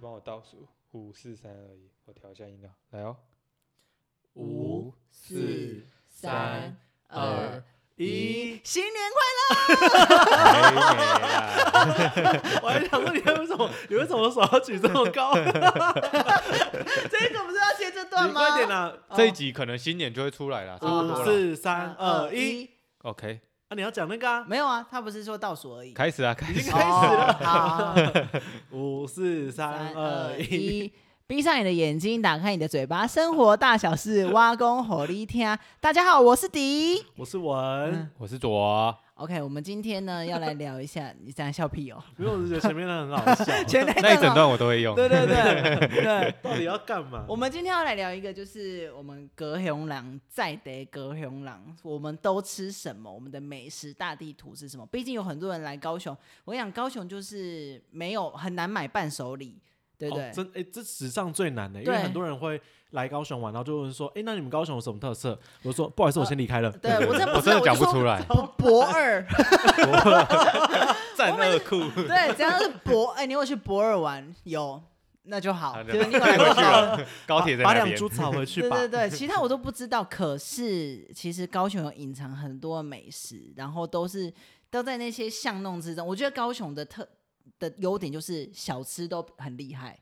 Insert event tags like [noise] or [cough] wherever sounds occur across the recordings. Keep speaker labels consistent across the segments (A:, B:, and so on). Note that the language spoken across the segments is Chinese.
A: 帮我倒数五四三二一，我调一下音量，来哦。
B: 五四三
C: 二
B: 一，
C: 新年快
A: 没没啦，
B: 我还想说你为什么，你为什么手要举这么
C: [laughs]
B: 高？
C: 乐！这个不是要接这段
B: 你
C: 吗？
B: 快点啊！
A: [laughs]
C: 哦
A: 这一集可能新年就会出来啦，差不
B: [laughs] 五
A: 多啦。
B: 四三二一，
A: OK，
B: 啊，你要讲那个啊？
C: 没有啊，他不是说倒数而已。
A: 开始啊，开
B: 已
A: 始
C: [laughs]
B: 经。开始了
C: 哦好，
B: 五四三
C: 三
B: 二
C: 二
B: 一，
C: 一，闭上你的眼睛，打开你的嘴巴，生活大小事，挖工火力听。大家好，我是迪。
B: 我是文
C: 嗯，
A: 我是左，哦
C: OK，我们今天呢要来聊一下，你这样笑屁哦，
B: 因为我是觉得前面那很好笑，啊
C: [laughs] 前那
A: 那一整段我都会用。
C: 哎对对对对。
B: 到底要干嘛？
C: 我们今天要来聊一个，就是我们高雄人在得高雄人，我们都吃什么？我们的美食大地图是什么？毕竟有很多人来高雄，我想高雄就是没有很难买伴手礼，对不对？
B: 哦真哎、这史上最难的，因为
C: 对
B: 很多人会来高雄玩，然后就问说，哎、那你们高雄有什么特色？我说不好意思，我先离开了。
C: 啊对
B: [laughs]
C: 我真
A: [laughs]
C: 的
A: 我
C: 不知
A: 真
C: 道
A: 的讲不
C: 我就
A: 出
C: 说。
A: 来
C: 博博二，
A: 战二库，
C: 对，只要是博，哎、你有去博二玩有，那就好，
A: 好的
C: 就是你有啊
A: 带回
C: 来
A: 去了，高铁在
B: 把
A: 那
B: 两
A: 边
B: 株。草回去
C: 对
B: 吧。
C: [laughs] 对对，其他我都不知道。可是其实高雄有隐藏很多美食，然后都是都在那些巷弄之中。我觉得高雄的特的优点就是小吃都很厉害，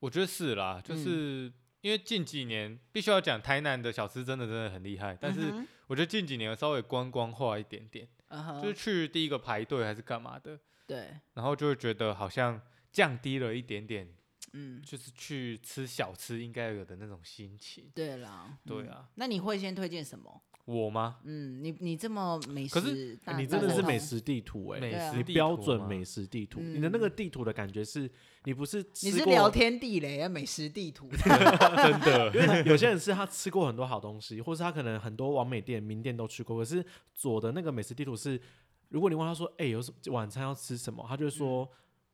A: 我觉得是啦，
C: 嗯
A: 就是因为近几年必须要讲台南的小吃真的真的很厉害，但是
C: 嗯哼
A: 我觉得近几年有稍微观光化一点点，
C: 嗯哼
A: 就是去第一个排队还是干嘛的，
C: 对，
A: 然后就会觉得好像降低了一点点，
C: 嗯，
A: 就是去吃小吃应该有的那种心情。
C: 对啦，
A: 对
C: 嗯
A: 啊
C: 那你会先推荐什么？
A: 我吗？
C: 嗯，你你这么美
A: 可是
C: 食大，
B: 你真的
C: 大
B: 是
C: 众
B: 美食地图哎、
A: 美
C: 对啊
A: 食
B: 你
A: 地
B: 标
A: 图
B: 准
A: 吗
B: 美食地图，
C: 嗯
B: 你的那个地图的感觉是，你不是
C: 你
B: 吃
C: 是
B: 过
C: 聊天地雷啊，美食地图，
A: 真的 [laughs]
B: 因 [laughs] 为有些人是他吃过很多好东西，或是他可能很多完美店、名店都去过，可是左的那个美食地图是，如果你问他说，哎、有什晚餐要吃什么，他就会说。
C: 嗯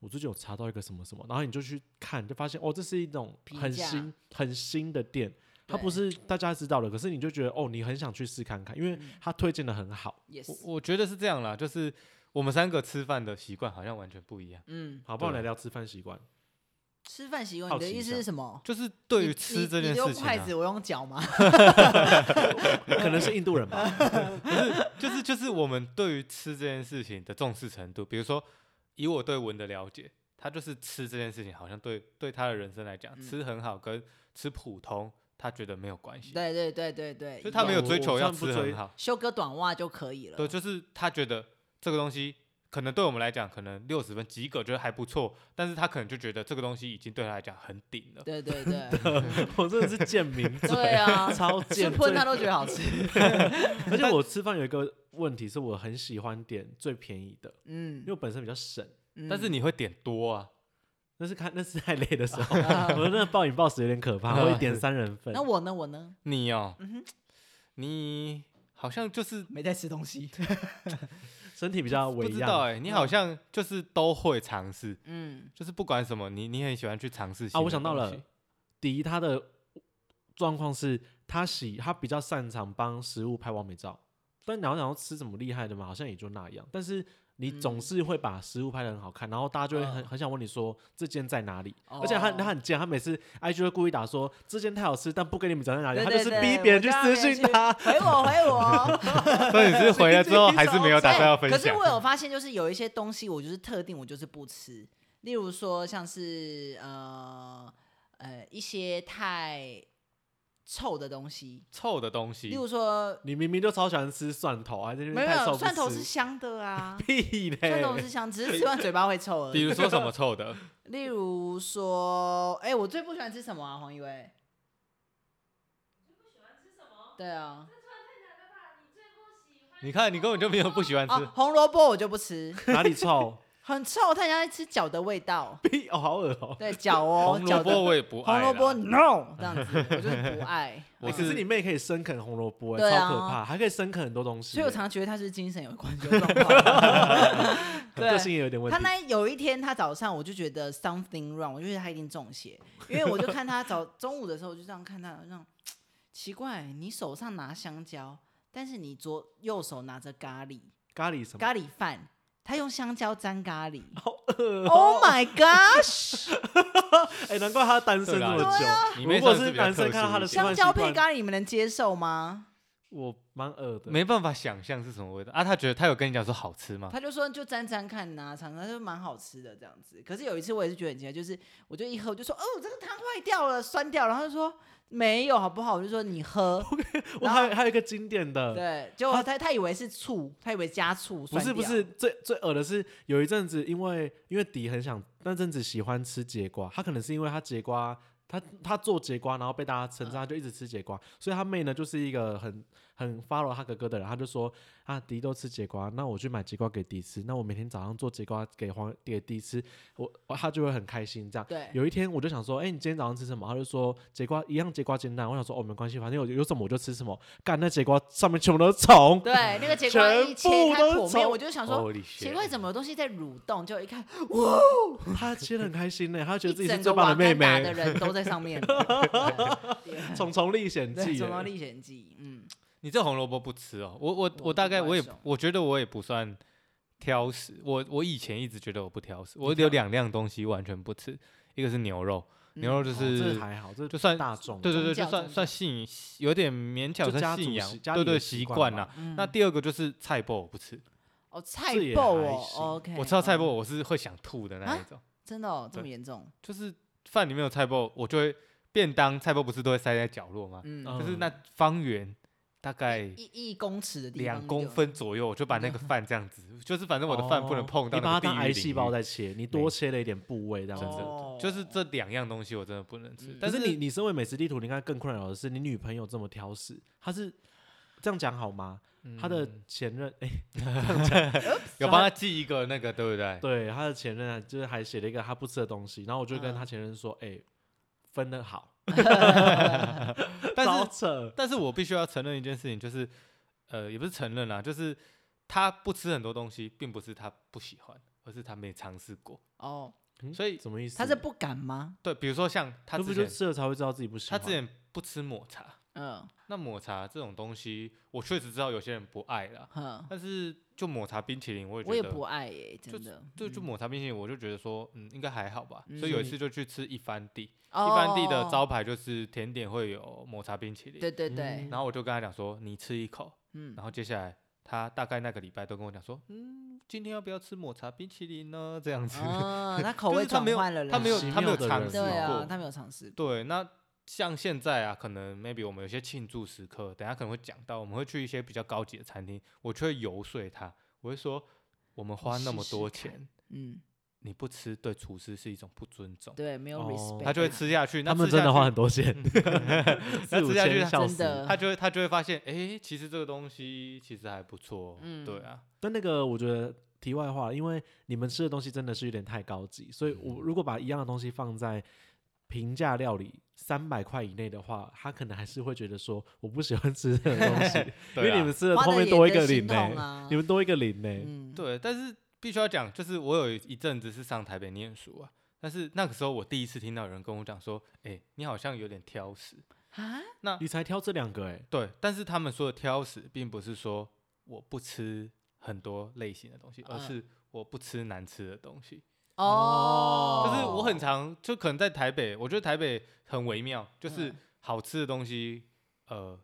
B: 我最近有查到一个什么什么，然后你就去看，就发现哦，这是一种
C: 评
B: 很
C: 价
B: 新、很新的店，它
C: 对嗯
B: 不是大家知道的，可是你就觉得哦，你很想去试看看，因为它推荐的很好，
C: 也是
A: 我，我觉得是这样啦，就是我们三个吃饭的习惯好像完全不一样，
C: 嗯，
B: 好，不好？
A: 对
B: 来聊吃饭习惯， [laughs]
C: 吃饭习惯，
B: 好
C: 你的
B: 奇一
C: 意思
B: 下
C: 是什么？
A: 就是对
C: 你
A: 于吃这件
C: 你你
A: 事
C: 用
A: 情、
C: 筷
A: 啊
C: 子，，我用脚吗？
B: 可能是印度人吧， [laughs]
A: 就是就是我们对于吃这件事情的重视程度，比如说以我对文的了解，他就是吃这件事情好像对对他的人生来讲，
C: 嗯
A: 吃很好跟吃普通，他觉得没有关系，
C: 对对对对对，
A: 就他没有
B: 我
A: 追
B: 我
A: 求要
B: 算不
A: 吃
B: 追
A: 很好，
C: 修个短袜就可以了。
A: 对，就是他觉得这个东西可能对我们来讲，可能六十分及格觉得还不错，但是他可能就觉得这个东西已经对他来讲很顶了。
C: 对对对，
B: 我真的是贱民族，
C: 对
B: [laughs]
C: 啊，
B: 超
C: 吃
B: 贱，
C: 喷
B: 最
C: 他都觉得好吃。
B: 而
C: [laughs]
B: 且我吃饭有一个问题是我很喜欢点最便宜的，
C: 嗯
B: 因为，我本身比较省，
C: 嗯
A: 但是你会点多啊，
B: 那是看那是太累的时 [laughs] 候，
C: 啊
B: 我那个暴饮暴食有点可怕，
A: 嗯
B: 我会点三人份
C: 那。我呢？我呢？
A: 你哦，
C: 嗯哼
A: 你好像就是
C: 没在吃东西。
B: 身体比较
A: 不
B: 微
A: 知道
B: 恙。
A: 哎、你好像就是都会尝试，
C: 嗯，
A: 就是不管什么，你你很喜欢去尝试新
B: 啊我
A: 的
B: 想到
A: 东
B: 了
A: 西
B: 迪他的状况是他喜他比较擅长帮食物拍完美照，但然后然后吃什么厉害的嘛，好像也就那样。但是你总是会把食物拍的很好看，然后大家就会很、
C: 嗯
B: 很想问你说这间在哪里。
C: 哦
B: 而且他他很贱，他每次 IG 会故意打说这间太好吃，但不跟你们讲在哪里，哎
C: 对
B: 他
C: 对
B: 就是
C: 对
B: 逼别人去
C: 我叫
B: 私
C: 别人
B: 讯他。
C: 回我回我。哎
A: 所以你是回来之
C: [laughs]
A: 后还是没有打算要分
C: 可是
A: 享
C: 我有发现，就是有一些东西，我就是特定，我就是不吃。例如说，像是呃呃一些太臭的东西，
A: 臭的东西
C: 例。如说，
B: 你明明就超喜欢吃蒜头，还在那边
C: 没有没
B: 太臭
C: 有
B: 不
C: 蒜头
B: 吃，
C: 是香的啊
B: 屁嘞，
C: 蒜头是香，只是吃完嘴巴会臭而已。
A: 比如说什么臭的， [laughs]
C: 例如说，哎、我最不喜欢吃什么啊？黄一威。对啊，
A: 你看你根本就没有不喜欢吃
C: 啊，红萝卜我就不吃，
B: 哪里臭？ [laughs]
C: 很臭，他家在吃脚的味道。
B: 屁哦，好恶
C: [laughs]
B: 哦、
C: 对，脚哦，
A: 红萝
C: 脚的
A: 卜，我也不
C: 红
A: 爱啦。
C: 萝卜 no 这样子，我就是不爱。
A: 我
B: 欸可是
A: 是
B: 你妹可以生啃红萝卜、欸，
C: 对啊
B: 超可怕，还可以生啃很多东西欸、
C: 所以我常常觉得他是精神有关系的状
A: [laughs]
C: 况。
B: [laughs] 个性也有点问
C: 他
B: 题。
C: 那有一天，他早上我就觉得 something wrong，我就觉得他一定
B: [laughs]
C: 中邪，因为我就看他早中午的时候，我就这样看他，这样奇怪，你手上拿香蕉，但是你左右手拿着咖喱
B: 咖喱什么？
C: 咖喱饭，他用香蕉沾咖喱。
B: 好恶哦、
C: Oh my gosh！
B: 哎，难怪他单身
A: 对
B: 这
A: 啦
B: 么久。
A: 你
B: 如
A: 妹
B: 果
A: 算
B: 是
A: 比较
B: 男生
A: 特
B: 看到
A: 殊
B: 他
A: 一
B: 的
A: 点
B: [laughs] 习
C: 香
B: 惯
C: 蕉
B: 习
C: 配
B: 惯
C: 咖喱，你们能接受吗？
B: 我蛮恶的，
A: 没办法想象是什么味道啊！他觉得他有跟你讲说好吃吗？
C: 他就说就沾沾看呐、尝尝就蛮好吃的这样子。可是有一次我也是觉得很奇怪，就是我就一喝我就说，哦，这个汤坏掉了，酸掉了。然后他就说没有好不好？我就说你喝，
B: 我还有还有一个经典的，
C: 对，结果他他以为是醋，他以为加醋，
B: 不
C: 酸
B: 是不
C: 掉
B: 是，最最恶的是有一阵子，因为因为迪很想那阵子喜欢吃节瓜，他可能是因为他节瓜。他他做节瓜，然后被大家称赞，
C: 嗯
B: 他就一直吃节瓜，所以他妹呢就是一个很很 follow 他哥哥的人，他就说啊，迪都吃节瓜，那我去买节瓜给迪吃，那我每天早上做节瓜给黄给迪吃，我他就会很开心这样。
C: 对，
B: 有一天我就想说，哎、你今天早上吃什么？他就说节瓜一样节瓜煎蛋。我想说哦，没关系，反正有有什么我就吃什么。干那节瓜上面全部都是虫，
C: 对，那个结瓜
B: 全
C: 一切
B: 部
C: 开
B: 都是
C: 剖面，
B: 虫
C: 我就想说。
A: Holy
C: 奇
A: ，Oh， shit
C: 怪，怎么有东西在蠕动？就一看，
B: [laughs] 他切得很开心呢、他觉
C: 一
B: 得自己是
C: 整
B: 最
C: 个
B: 棒
C: 瓦
B: 的妹
C: 干达的
B: 妹。
C: 人都在
A: [laughs]
C: 上面。对
B: 《虫虫历险记
C: 对，《
B: 耶
C: 什么历险记》？嗯，
A: 你这红萝卜不吃哦？我我
C: 我
A: 我大
C: 不
A: 概
C: 惯
A: 我也
C: 手
A: 我觉得我也不算挑食，我我以前一直觉得我不挑食，我
C: 你
A: 有
C: 挑
A: 两样东西完全不吃，一个是牛肉，牛
C: 嗯
A: 肉就
B: 哦
A: 是、
B: 这还好，这
A: 就算
B: 大众
A: 对对
C: 宗
A: 对，就
C: 教
A: 算
C: 宗
A: 算
C: 教
A: 信有点勉强
B: 就家
A: 算
B: 族
A: 信仰
B: 习，家
A: 对
B: 里的
A: 对
B: 习
A: 习
B: 惯
A: 惯
B: 吧
A: 啦。
C: 嗯
A: 那第二个就是菜包我不吃，
C: 哦菜
B: 这也
C: 爆
B: 还
C: 哦
B: 行
C: ，OK，
A: 我吃到菜包
C: 哦，
A: 我是会想吐的那一
C: 啊
A: 种，
C: 真的哦，这么
A: 对
C: 严重？
A: 就是饭里面有菜包，我就会便当菜包不是都会塞在角落吗？
C: 嗯，
B: 嗯
A: 就是那方圆大概
C: 一一公尺的地方，
A: 两公，分左右，我就把那个饭这样子，就是反正我的饭不能碰到
B: 嗯哦你把
A: 那
B: 它
A: 个
B: 当
A: 地狱
B: 癌细胞
A: 领域。
B: 在切，你多切了一点部位这样
A: 真
B: 子。
A: 的
C: 哦
A: 就是这两样东西我真的不能吃
C: 嗯，
A: 但
B: 但
A: 是
B: 是你你身为美食地图，你应该更困扰的是你女朋友这么挑食，她是这样讲好吗？她的
A: 嗯
B: 前任哎、
A: 有帮他记一个那个对不对？
B: 对，她的前任啊就是还写了一个她不吃的东西，然后我就跟
C: 嗯
B: 她前任说，哎、分的好，
A: 但是
B: 超扯
A: 但是我必须要承认一件事情，就是，呃，也不是承认啦，就是他不吃很多东西，并不是他不喜欢，而是他没尝试过。
C: 哦，
B: 嗯
A: 所以
B: 什么意思？
C: 他是不敢吗？
A: 对，比如说像他
B: 那
A: 之
B: 不就
A: 前，
B: 吃了才会知道自己不喜
A: 他
B: 欢？
A: 之前不吃抹茶，
C: 嗯
A: 那抹茶这种东西，我确实知道有些人不爱啦，
C: 哼，
A: 但是就抹茶冰淇淋，我也觉
C: 我
A: 得
C: 也不爱耶，真的，
A: 就就
C: 嗯
A: 抹茶冰淇淋，我就觉得说，嗯，应该还好吧。
C: 嗯
A: 所以有一
B: 所以
A: 次就去吃一番地，
C: 哦
A: 一番地的
C: 哦
A: 招牌就是甜点会有抹茶冰淇
C: 哦
A: 淋，
C: 对对对
B: 嗯，
A: 然后我就跟他讲说，你吃一口，
C: 嗯
A: 然， [laughs] 后接下来他大概那个礼拜都跟我讲说，嗯，今天要不要吃抹茶冰淇淋呢？这样子，
C: 哦，他口
A: 就
C: 味
A: 是他
C: 转
A: 没有
C: 换了啦，
A: 他没有
B: 奇
A: 他没
B: 妙
A: 有
B: 的
A: 尝
B: 人
A: 试
C: 对啊，
A: 过。
C: 他没有尝试过，
A: [laughs] 对，那像现在啊，可能 maybe 我们有些庆祝时刻，等一下可能会讲到，我们会去一些比较高级的餐厅，我却会游说他，我会说，我们花那么
C: 试试
A: 多
C: 看
A: 钱，
C: 嗯，
A: 你不吃对厨师是一种不尊重。
C: 对，没有
B: 哦
C: respect，
A: 他就会吃下去，那
B: 他们
A: 吃下
B: 真的
A: 去嗯
B: 花很多钱，
A: 那
B: [laughs] 四
A: 吃
B: 五
A: 下去
B: 千
A: 他
B: 笑
C: 真
B: 死。
C: 的
A: 他就会他就会发现，哎、其实这个东西其实还不错，
C: 嗯
A: 对啊，
B: 但那个我觉得题外话，因为你们吃的东西真的是有点太高级，所以
A: 嗯
B: 我如果把一样的东西放在平价料理三百块以内的话，他可能还是会觉得说我不喜欢吃这个东西，嗯因
A: [laughs] 对
B: 为
A: 啊
B: 你们吃的
C: 花
B: 后
C: 的
B: 面
C: 也
B: 多一
C: 得
B: 个
C: 心
B: 零呢、
C: 痛啊
B: [laughs] 你们多一个零呢、
C: 嗯，
A: 对，但是必须要讲，就是我有一阵子是上台北念书啊，但是那个时候我第一次听到有人跟我讲说，哎、你好像有点挑食。
C: 啊，
B: 你才挑这两个哎、
A: 对，但是他们说的挑食，并不是说我不吃很多类型的东西，而
C: 嗯
A: 是我不吃难吃的东西。
C: 哦，
A: 就是我很常，就可能在台北，我觉得台北很微妙，就是
C: 嗯
A: 好吃的东西，呃，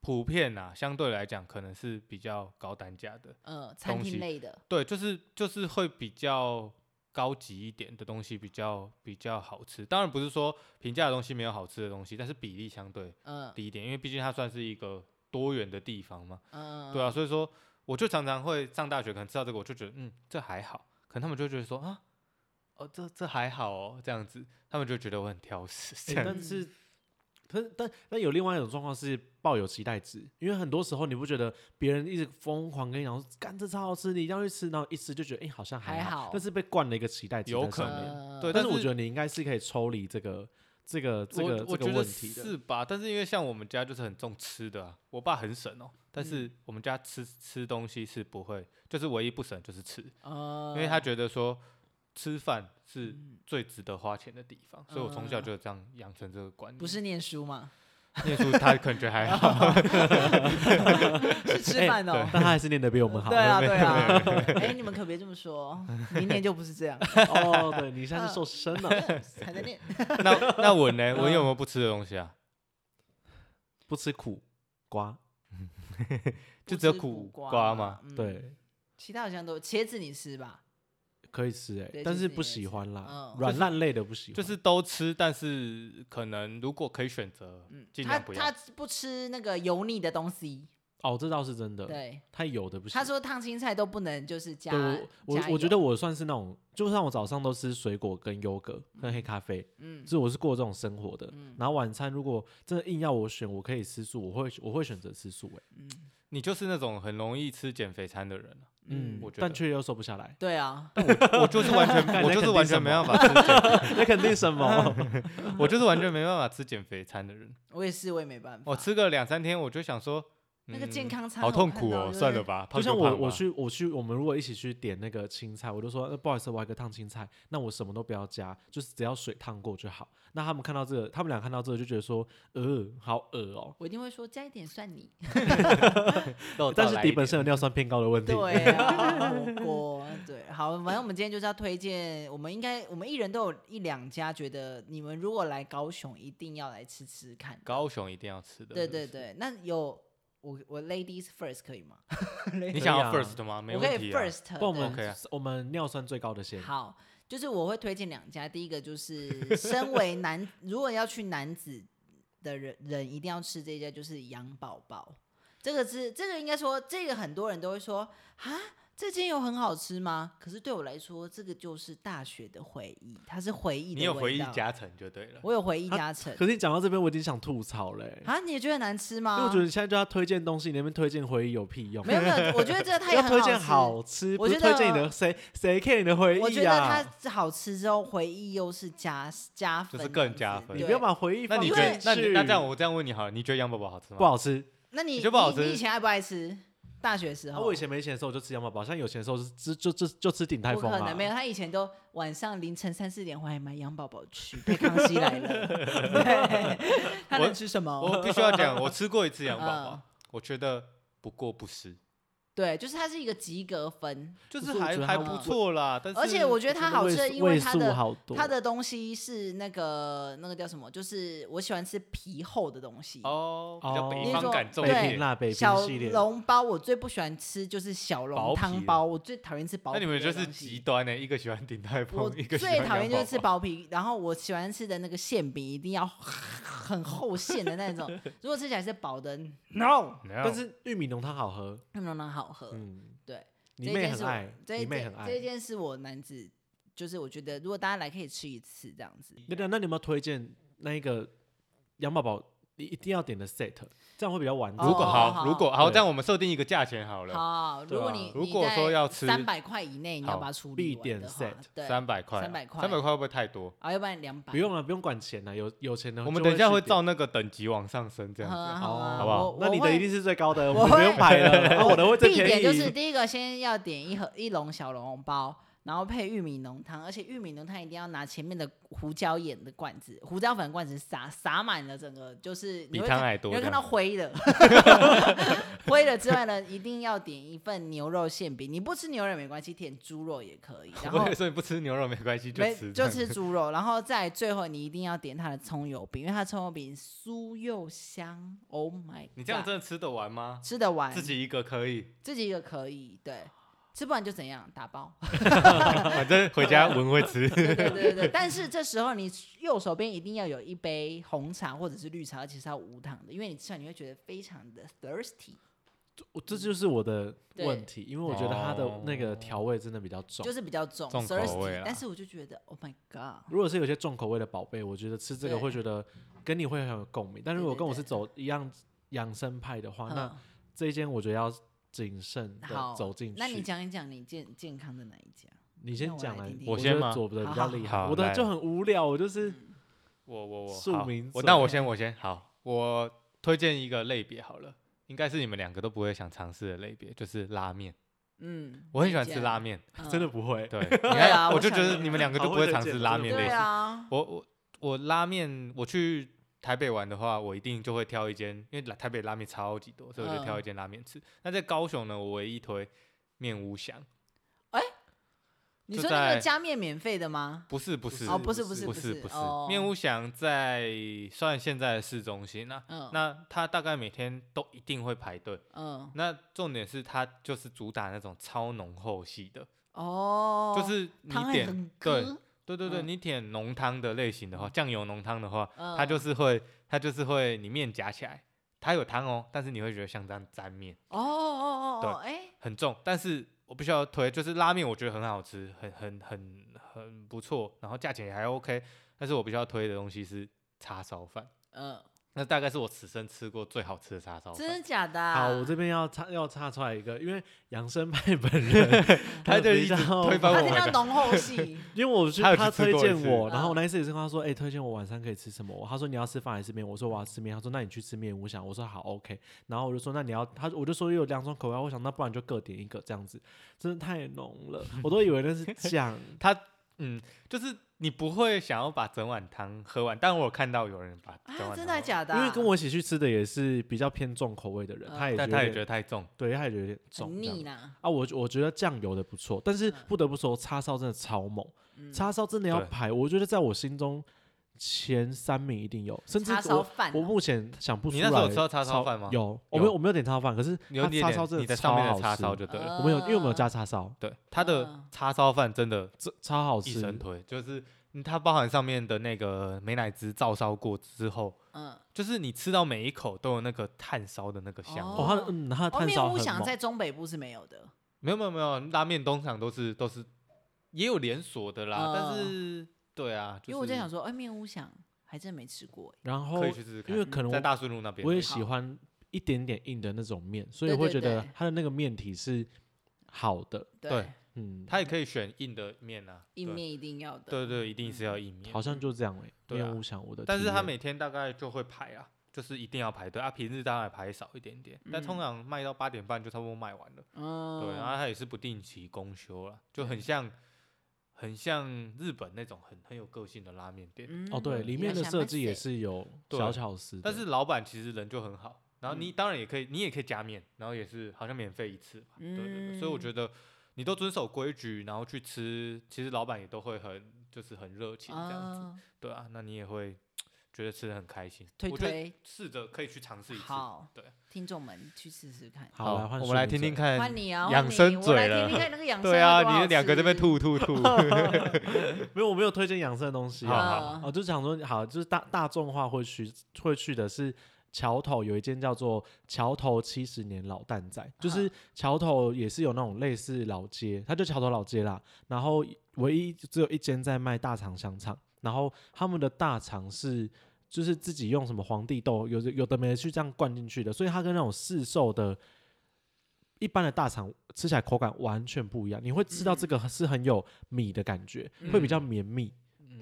A: 普遍啊，相对来讲可能是比较高单价的。
C: 嗯，餐
A: 东西
C: 厅类的，
A: 对，就是就是会比较高级一点的东西比较比较好吃。当然不是说平价的东西没有好吃的东西，但是比例相对
C: 嗯
A: 低一点，因为毕竟它算是一个多元的地方嘛。
C: 嗯，
A: 对啊，所以说我就常常会上大学，可能吃到这个，我就觉得嗯，这还好。可能他们就会觉得说啊，哦，这这还好哦，这样子，他们就觉得我很挑食。 [laughs] 这
B: 欸
A: 样
B: 但是，可是但但有另外一种状况是抱有期待值，因为很多时候你不觉得别人一直疯狂跟你讲说干这超好吃，你一定要去吃，然后一吃就觉得哎、欸好像还
C: 还
B: 好，
C: 好
B: 但是被灌了一个期待值在
A: 有
B: 上面，
A: 可
C: 呃
A: 能，对，但
B: 但是我觉
A: 得
B: 得你应该是可以抽离这个这个这个
A: 我我
B: 这个
A: 觉得
B: 问题的。
A: 是吧？但是因为像我们家就是很重吃的啊，我爸很省哦，但是
B: 嗯
A: 我们家吃吃东西是不会，就是唯一不省就是吃，
C: 呃，
A: 因为
B: 嗯
A: 他觉得说吃饭是
C: 嗯
A: 最值得花钱的地方，所以我从小
C: 嗯
A: 就这样养成这个观念。 [laughs]
C: 不是念书嘛，
A: 念书他可能觉得还好，
B: [laughs]
C: 是
A: 哎
C: 吃饭哦。
B: 但他还是念的比我们好。
C: [laughs]
A: [laughs]
C: 对啊，对啊，哎，你们可别这么说，明年就不是
A: [laughs]
C: 这样，
B: 哦，对你现在是
C: 嗯
B: 瘦身了，
C: 还在念。
A: 那那我呢？
B: [laughs]
A: 我
B: 嗯
A: 有没有不吃的东西啊？
B: 不吃苦瓜，
A: 就只有
C: 不吃苦
A: 苦
C: 瓜
A: 瓜
C: 嘛
A: 嘛。
C: 嗯，
B: 对，
C: 其他好像都茄子你吃吧，
B: 可以吃哎
C: 对，
B: 但
C: 其
B: 是
C: 实
B: 不
C: 也
B: 喜
C: 是
B: 欢
C: 嗯
B: 啦，软烂类的不喜欢。
A: 就是都吃，但是可能如果可以选择，
C: 嗯，
A: 尽
C: 他
A: 量不要
C: 他。不吃那个油腻的东西，
B: 哦，这倒是真的，
C: 对，
B: 太油的不行
C: 他。说烫青菜都不能就是加
B: 对我我
C: 加
B: 我觉
C: 油
B: 得我算是那种，就算我早上都吃水果跟优格跟黑咖啡，
C: 嗯
B: 就是我是过这种生活的。
C: 嗯
B: 然后晚餐如果真的硬要我选，我可以吃素，我会我会选择吃素、欸，
C: 嗯，
A: 你就是那种很容易吃减肥餐的人啊
B: 嗯，
A: 我觉
B: 但
A: 得
B: 却又瘦不下来
C: [laughs]
B: [laughs]
C: 对啊，
A: [laughs] 我就是完全，我
B: 那
A: 就是完
B: 肯定什
A: 全没
B: 么
A: 办法吃减 [laughs]
B: 那肯定什么？
A: 我就是完全没办法吃减肥餐的人，
C: [laughs] 我也是，我也没办法。
A: 我哦吃个两三天，我就想说，
C: 那个
A: 嗯
C: 健康餐
A: 好
C: 我
A: 痛
C: 看
A: 苦
C: 到
A: 哦，
C: 就是
A: 算了吧。
B: 就
A: 胖
B: 像
A: 胖
B: 我我
A: 吧
B: 去我去，我们如果一起去点那个青菜，我就说、呃、不好意思，我要一个烫青菜，那我什么都不要加，就是只要水烫过就好。那他们看到这个，他们俩看到这个就觉得说，呃，好恶哦、
C: 我一定会说加一点蒜泥。
A: 肉燥
B: 但是
A: 来
B: 迪
A: 一
B: 本
A: 点
B: 身有尿酸偏高的问题，
C: 对啊，火锅对，好，反正我们今天就是要推荐，我们应该我们一人都有一两家，觉得你们如果来高雄一定要来吃吃看。
A: 高雄一定要吃的，
C: 对对，对，那有我我 ladies first 可以吗？
A: 你想要
B: 可以啊
A: first 吗？没
C: 我可
A: 问
C: 以
A: 题啊。
C: first，
B: 不然我
C: 对
A: [laughs]
B: 们、
A: OK 啊
B: 我们尿酸最高的先。
C: 好，就是我会推荐两家，第一个就是身为男，如果要去男子的人人一定要吃这一家，就是羊宝宝。这个是这个应该说，这个很多人都会说啊，这间有很好吃吗？可是对我来说，这个就是大学的回忆，它是回忆的
A: 你有
C: 味
A: 回忆
C: 道，
A: 加成就对了。
C: 我有回忆
B: 它
C: 加成
B: 可是你讲到这边，我已经想吐槽了欸、
C: 啊，你也觉得难吃吗？
B: 因为我觉得你现在就要推荐东西，你那边推荐回忆有屁用？
C: 没有没
B: [laughs]
C: 有，我觉得这个它也
B: 要
C: 很
B: 推荐
C: 好吃
B: 好吃，不
C: 我
B: 是
C: 觉
B: 推
C: 得
B: 荐你的谁谁 care 你的回
C: 我觉
B: 忆
C: 得
B: 啊？
C: 它好吃之后，回忆又是加加
A: 就
C: 分
A: 是
C: 这样子，
A: 更加分
B: 你
C: 对
B: 不要把回忆
A: 那
B: 放
A: 你
B: 进
A: 觉
C: 因
A: 得
C: 为
B: 去。
A: 那你那这样我这样问你好了，你觉得羊宝宝好吃吗？
B: 不好吃。
C: 那你
A: 你觉得不好
C: 你
A: 吃
C: 以前爱不爱吃？大学时
B: 啊，
C: 候，
B: 我以前没钱的时候就吃羊宝宝，现在有钱的时候是吃就就就吃鼎泰
C: 不
B: 丰
C: 可
B: 啊
C: 能没。有，他以前都晚上凌晨三四点回来买羊宝宝吃，被康熙来
A: [laughs]
C: 了，对他能吃什么？
A: 我必须要讲，我吃过一次羊宝
C: 嗯
A: 宝，我觉得不过不失，
C: 对，就是它是一个及格分，
A: 就
B: 不
A: 是
B: 是我
A: 还
B: 觉得
A: 还
B: 它
A: 不
C: 味
A: 错啦。但是
C: 而且我觉得它好吃的，因为
B: 味
C: 它
B: 素
C: 的
B: 好多，
C: 它的东西是那个那个叫什么，就是我喜欢吃皮厚的东西。
A: 哦，比较
B: 哦
A: 北
C: 你
A: 方
C: 说
A: 感重一
B: 北
C: 对
B: 平
A: 点。
B: 啦，北
C: 小
B: 平系列。
C: 笼包我最不喜欢吃就是小笼
A: 薄皮
C: 汤
A: 的
C: 包，我最讨厌吃薄
A: 那
C: 皮
A: 你
C: 的东西。
A: 们就是极端呢，一个喜欢鼎泰
C: 我
A: 丰， [laughs] 一个喜
C: 最
A: 欢
C: 讨厌
A: 羊
C: 就
A: 宝
C: 是吃
A: 宝。
C: 薄皮，然后我喜欢吃的那个馅饼一定要 [laughs] 很厚馅的那种，如果吃起来是薄的，no，
B: 但是玉米浓汤好喝，
C: 那么能好喝。
B: 嗯，
C: 对，
B: 你
C: 这
B: 妹
C: 件
B: 很
C: 是我
B: 爱，
C: 这
B: 你妹
C: 件
B: 很
C: 这
B: 爱。
C: 件是我男子，就是我觉得如果大家来可以吃一次这样子。
B: 那那那你有没有推荐那一个羊宝宝一一定要点的 set？这样会比较完整。
A: 如果
C: 哦
A: 好，
C: 好
A: 如果好，
B: 对
A: 这样我们设定一个价钱好了，
C: 好，如
B: 对
C: 果
B: 啊
C: 你
A: 如果说要吃
C: 三百块以内，你要
A: 好
C: 把它处
B: 必
C: 理完
B: 点
C: 的话
B: set，，
C: 对，
A: 三百块啊，
C: 300块
A: 三百块会不会太多？
C: 啊，要不然两百。
B: 不用了，不用管钱了，有有钱的
C: 嗯
A: 我们等一下
B: 就
A: 会
B: 会去点
A: 照那个等级往上升，这样
C: 好
A: 子。
C: 啊，
B: 哦，
C: 啊
A: 好不好
C: 哦我
B: 那
C: 我
B: 你的
C: 会
B: 一定是最高的，
C: 我
B: 们不
C: 会
B: 用排了，
A: 啊
B: [laughs] 然后我的会最
C: 必
B: 便
C: 点
B: 宜。
C: 就是第一个，先要点一盒一笼小笼包，然后配玉米浓汤，而且玉米浓汤一定要拿前面的胡椒盐的罐子、胡椒粉的罐子撒撒满了整个，就是
A: 比
C: 你会
A: 汤
C: 看
A: 还多
C: 你会
A: 这
C: 看到
A: 样
C: 灰的， [laughs] 灰的之外呢，一定要点一份牛肉馅饼。你不吃牛肉也没关系，点猪肉也可以。
A: [laughs]
C: 然后
A: 我也说你不吃牛肉没关系，就
C: 没
A: 吃这
C: 就
A: 样
C: 吃猪肉，然后再最后你一定要点它的葱油饼，因为它的葱油饼酥又香。Oh my！
A: 你这样
C: God
A: 真的吃得完吗？
C: 吃得完
A: 自己一个可以，
C: 自己一个可以，对，吃不完就怎样打包， [laughs]
A: 反正回家闻会吃。
C: 对对对对。但是这时候你右手边一定要有一杯红茶或者是绿茶，而且是要无糖的，因为你吃完你会觉得非常的 thirsty，
B: 我这就是我的
C: 对
B: 问题，因为我觉得它
A: 哦
B: 的那个调味真的比较重
C: 就。是比较重
A: 重口
C: thirsty
A: 味。啦
C: 但是我就觉得 Oh my God，
B: 如果是有些重口味的宝贝，我觉得吃这个
C: 对
B: 会觉得跟你会很有共鸣。但如果
C: 对对
B: 跟我是走一样养生派的
A: 哦
B: 话，那
C: 嗯
B: 这一间我觉得要谨慎
C: 好
B: 的走进去。
C: 那你讲一讲你健健康的哪一家？
B: 你先讲
C: 那我
B: 来
C: 来听，听
A: 我
B: 觉
A: 先
B: 得
A: 吗
B: 左的比
C: 好
B: 较
C: 好
B: 厉
A: 好
B: 害，我的
A: 来
B: 就很无聊，我就是
A: 我我我，
B: 庶
A: 好
B: 民
A: 我
B: 嘴
A: 那我先我先好，啊我推荐一个类别好了，应该是你们两个都不会想尝试的类别，就是拉面。
C: 嗯，
A: 我很喜欢吃拉面，
C: 哪一家，
B: 真的
C: 嗯
B: 不会。
A: [laughs] 对，你
C: 对啊
A: 看，
C: 我
A: 就
C: 想
A: 觉
C: 也
A: 得啊
C: 是
A: 你们两个
B: 好
A: 就不
B: 会
A: 会
B: 推
A: 尝
B: 荐
C: 啊
A: 试
B: 真
A: 拉
B: 的
A: 面
B: 不
A: 类
C: 对
B: 会
A: 型。
C: 啊，
A: 我我我拉面，我去台北玩的话，我一定就会挑一间，因为拉台北拉面超级多，所以我就挑一
C: 嗯
A: 间拉面吃。那在高雄呢，我唯一推面屋香，
C: 你
A: 就
C: 说那个
A: 在
C: 加面免费的吗？
A: 不是不
B: 不
A: 是
C: 哦，
B: 是
C: 不是
B: 不
C: 是
A: 不
C: 不
A: 是不是
C: 哦，
A: 面屋祥在算现在的市中心啊，
C: 嗯
A: 那它大概每天都一定会排队。
C: 嗯
A: 那重点是它就是主打那种超浓厚系的，
C: 哦，
A: 就是你
C: 汤还
A: 点
C: 很割，
A: 对对对，
C: 嗯
A: 你点浓汤的类型的话，酱油浓汤的话，
C: 嗯
A: 它就是会它就是会你面夹起来，它有汤哦，但是你会觉得像这样沾面
C: 哦哦哦哦，哎，
A: 很重，但是。我必须要推，就是拉面，我觉得很好吃，很很很很不错，然后价钱也还 OK。但是我必须要推的东西是叉烧饭，
C: 嗯，
A: 那大概是我此生吃过最好吃的叉烧
C: 真
A: 饭。
C: 的假的啊？
B: 好，我这边要插要插出来一个，因为杨生派本
A: [laughs]
B: 人，
A: 他就
B: 比
A: 一直
B: 较
A: 推翻帮
C: 他
A: 我
C: 听
A: 买
C: 到
A: 个
C: 浓厚系，
B: 因为我去
A: 他有去
B: 他
A: 吃
B: 推
A: 过一
B: 荐
A: 次
B: 我，然后
C: 啊
B: 我那一次也是跟他说，哎、推荐我晚上可以吃什么？他说你要吃饭还是面？我说我要吃面。他说那你去吃面，我想我说好 OK。然后我就说那你要他，我就说有两种口味，我想那不然就各点一个这样子，真的太浓了，我都以为那
A: [laughs]
B: 是酱。
A: 嗯，就是你不会想要把整碗汤喝完，但我有看到有人把整碗
C: 啊，
A: 汤
C: 真的
A: 喝完
C: 假的啊？
B: 因为跟我一起去吃的也是比较偏重口味的人，
C: 嗯
B: 他也
A: 但他也
B: 觉
A: 觉得
B: 得
A: 太重，
B: 对，他也觉得有点重
C: 很
B: 这样
C: 腻啦，
B: 啊，我我觉得酱油的不错，但是
C: 嗯
B: 不得不说叉烧真的超猛，
C: 嗯
B: 叉烧真的要
A: 对
B: 排，我觉得在我心中前三名一定有，甚至
C: 叉烧
B: 我
C: 饭
B: 我
C: 哦，
B: 目前想不出
A: 你
B: 来。
A: 那时候有吃到叉烧饭吗
B: 有，我没有
A: 有
B: 我没有点叉烧饭，可是
A: 有
B: 它
A: 点
B: 叉烧真
A: 你的
B: 超
A: 上面的
B: 好
A: 叉
B: 吃
A: 烧就啊对了。
C: 呃
B: 我们有因为我们有加叉烧，
A: 对，它的
C: 嗯
A: 叉烧饭真的
B: 这超好
A: 一
B: 吃。
A: 神推，就是嗯它包含上面的那个美乃滋照烧过之后，
C: 嗯，
A: 就是你吃到每一口都有那个炭烧的那个香味。
B: 哦，它的嗯它的
C: 哦，
B: 炭
C: 面
B: 烧
C: 屋
B: 很
C: 想
B: 猛，
C: 在中北部是没有的，
A: 没有没有没有，拉面通常都是都是也有连锁的啦，但
C: 嗯
A: 是对啊，就是、
C: 因为我在想说，哎，面屋想还真没吃过，哎
B: 然后
A: 可以去试试看，
B: 因为可能
A: 在
B: 我
A: 大顺路那边
B: 我
A: 而
B: 也
A: 已
B: 喜
C: 好
B: 欢一点点硬的那种面，所以
C: 对
B: 会
C: 对
B: 觉得
C: 对
B: 它的那个面体是好的，
A: 对，
B: 嗯，
A: 它也可以选硬的面啊，
C: 硬
A: 对，
C: 面一定要的，嗯
A: 对对，一定是要硬面。
B: 好像就这样哎。
A: 对
B: 面
A: 啊
B: 无想我的体验，
A: 但是它每天大概就会排啊，就是一定要排队啊，平日当然排少一点点，但通常卖到八点半就差不多卖完了。
C: 嗯，
A: 对，然后它也是不定期公休啦，就很像很像日本那种很很有个性的拉面店，
C: 嗯
B: 哦对，里面的设计也，是有
A: 对
B: 小巧思的，
A: 但是老板其实人就很好。然
C: 嗯
A: 后你当然也可以，你也可以加面，然后也是好像免费一次吧，对对对，所以我
C: 嗯
A: 觉得你都遵守规矩，然后去吃，其实老板也都会很就是很热情这样子。
C: 啊，
A: 对啊，那你也会觉得吃的很开心。
C: 推
A: 我觉得
C: 推
A: 试着可以去尝试一次。
C: 好，
A: 对，
C: 听众们去试试看。
B: 好，来换
A: 我
B: 淑
A: 们来
B: 玲
A: 听
B: 姐
A: 听看。
C: 换你啊，
A: 养
C: 换你
A: 生
C: 我
A: 嘴
C: 来
A: 了
C: 听听看那个养生
A: 对
C: 有
A: 啊，
C: 多
A: 你
C: 好
A: 们两个这边
C: 吃，
A: 吐吐吐。
C: [laughs]
B: 没有，我没有推荐养生的东西
A: 好
B: 啊。
A: 好
C: 嗯
B: 哦，就是想说，好，就是大大众化会去会去的是桥头有一间叫做桥头七十年老蛋仔，就是桥头也是有那种类似老街，它就桥头老街啦。然后唯一只有一间在卖大肠香肠，然后他们的大肠是。就是自己用什么皇帝豆，有的有的没的去这样灌进去的，所以它跟那种市售的一般的大肠吃起来口感完全不一样。你会吃到这个是很有米的感觉，会比较绵密。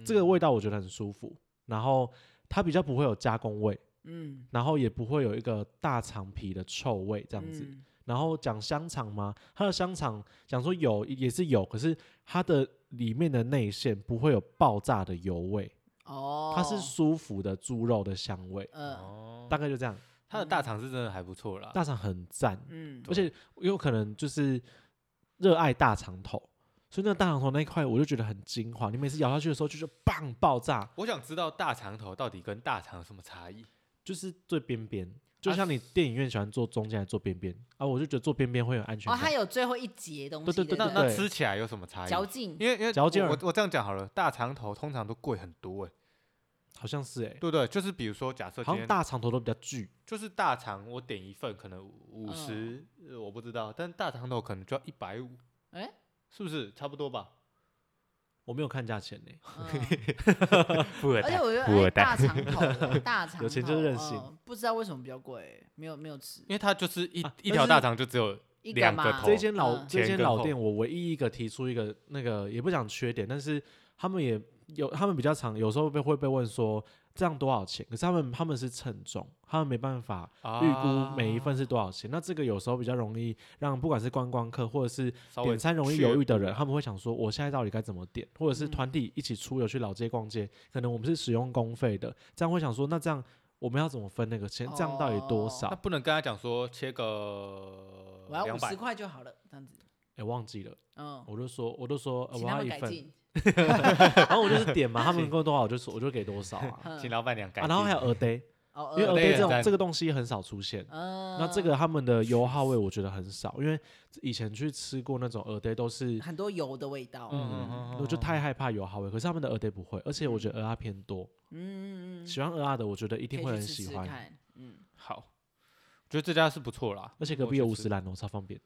B: 这个味道我觉得很舒服，然后它比较不会有加工味，
C: 嗯，
B: 然后也不会有一个大肠皮的臭味这样子。
C: 嗯
B: 然后讲香肠吗？它的香肠讲说有也是有，可是它的里面的内馅不会有爆炸的油味，
C: 哦，
B: 它是舒服的猪肉的香味，
C: 呃，
A: 哦，
B: 大概就这样。
A: 它的大肠是真的还不错
C: 哦
A: 啦。
B: 大肠很赞，
C: 嗯，
B: 而且有可能就是热爱大肠头，所以那个大肠头那一块我就觉得很精华。你每次咬下去的时候就是棒爆炸，
A: 我想知道大肠头到底跟大肠有什么差异？
B: 就是最边边，就
A: 啊
B: 像你电影院喜欢坐中间还是坐边边啊？我就觉得坐边边会有安全
C: 哦，
B: 感。
C: 它有最后一节东西，
B: 对对
C: 对
B: 对
A: 那
C: 不
A: 那
B: 对
A: 吃起来有什么差异？
C: 嚼劲，
A: 因为因为
B: 嚼劲儿
A: 我我这样讲好了，大肠头通常都贵很多哎、
B: 好像是哎、
A: 对不对？就是比如说假设今
B: 好像
A: 天
B: 大肠头都比较巨，
A: 就是大肠，我点一份可能五
C: 嗯
A: 十、呃我不知道，但大肠头可能就要一百五，
C: 哎
A: 是不是差不多吧？
B: 我没有看价钱呢、[laughs]
C: 嗯
A: 不
C: 而且我觉得
A: 富
C: 哎
A: 二代
C: 大肠头，大肠
B: 有钱就
C: 头
B: 任性
C: 嗯不知道为什么比较贵，没有没有吃
A: 因为它就是一、
B: 啊
A: 一
B: 但
A: 条
B: 是
A: 大肠就只有
C: 一个
A: 两个
C: 嘛，
A: 头
B: 这间老、
C: 嗯
B: 这
A: 前
B: 间
A: 跟
B: 老
A: 后
B: 店，我唯一一个提出一个那个也不讲缺点，但是他们也有他们比较常，有时候被会被问说这样多少钱，可是他们他们是称重，他们没办法
A: 啊
B: 预估每一份是多少钱。那这个有时候比较容易让不管是观光客或者是
A: 稍微
B: 点餐容易
A: 确
B: 犹豫的
A: 不
B: 人，
A: 了
B: 他们会想说，我现在到底该怎么点？或者是
C: 嗯
B: 团体一起出游去老街逛街，可能我们是使用公费的，这样会想说，那这样我们要怎么分那个钱？这样到底
C: 哦
B: 多少？
A: 那
B: 哎、
A: 不能跟他讲说切个
C: 我要
A: 两
C: 五
A: 百
C: 十，块就好了，这样子。
B: 忘记了，
C: 嗯，
B: 我就说，我就说，呃
C: 请
B: 我要
C: 他们
B: 一
C: 改
B: 份，
C: 进。
A: [laughs]
B: 然后我就是点嘛，他们跟我多少，我就说我就给多少啊。
C: 嗯
A: 请老板娘 [laughs] 改
B: 啊，
A: 进。
B: 然后还有
A: [laughs]
B: a day，
C: 哦，
B: 因为 a
A: Earl
B: day
A: Day
B: 这种
A: 很赞
B: 这个东西很少出现。
C: 嗯，
B: 那这个他们的油耗味我觉得很少，因为以前去吃过那种 a day 都
C: [laughs]
B: 是
C: 很多油的味道。嗯
B: 嗯，我就太害怕油耗味。可是他们的鹅蛋不会，而且我觉得鹅啊偏多，
C: 嗯嗯，
B: 喜欢鹅啊的，我觉得一定会
C: 可以
B: 很
C: 去
B: 喜
C: 试试
B: 欢。
C: 看。
B: [laughs]
C: 嗯，
A: 好，我觉得这家是不错啦，
B: 而且隔
A: 我
B: 壁
A: 去
B: 有五
A: 吃
B: 十兰哦，超方便。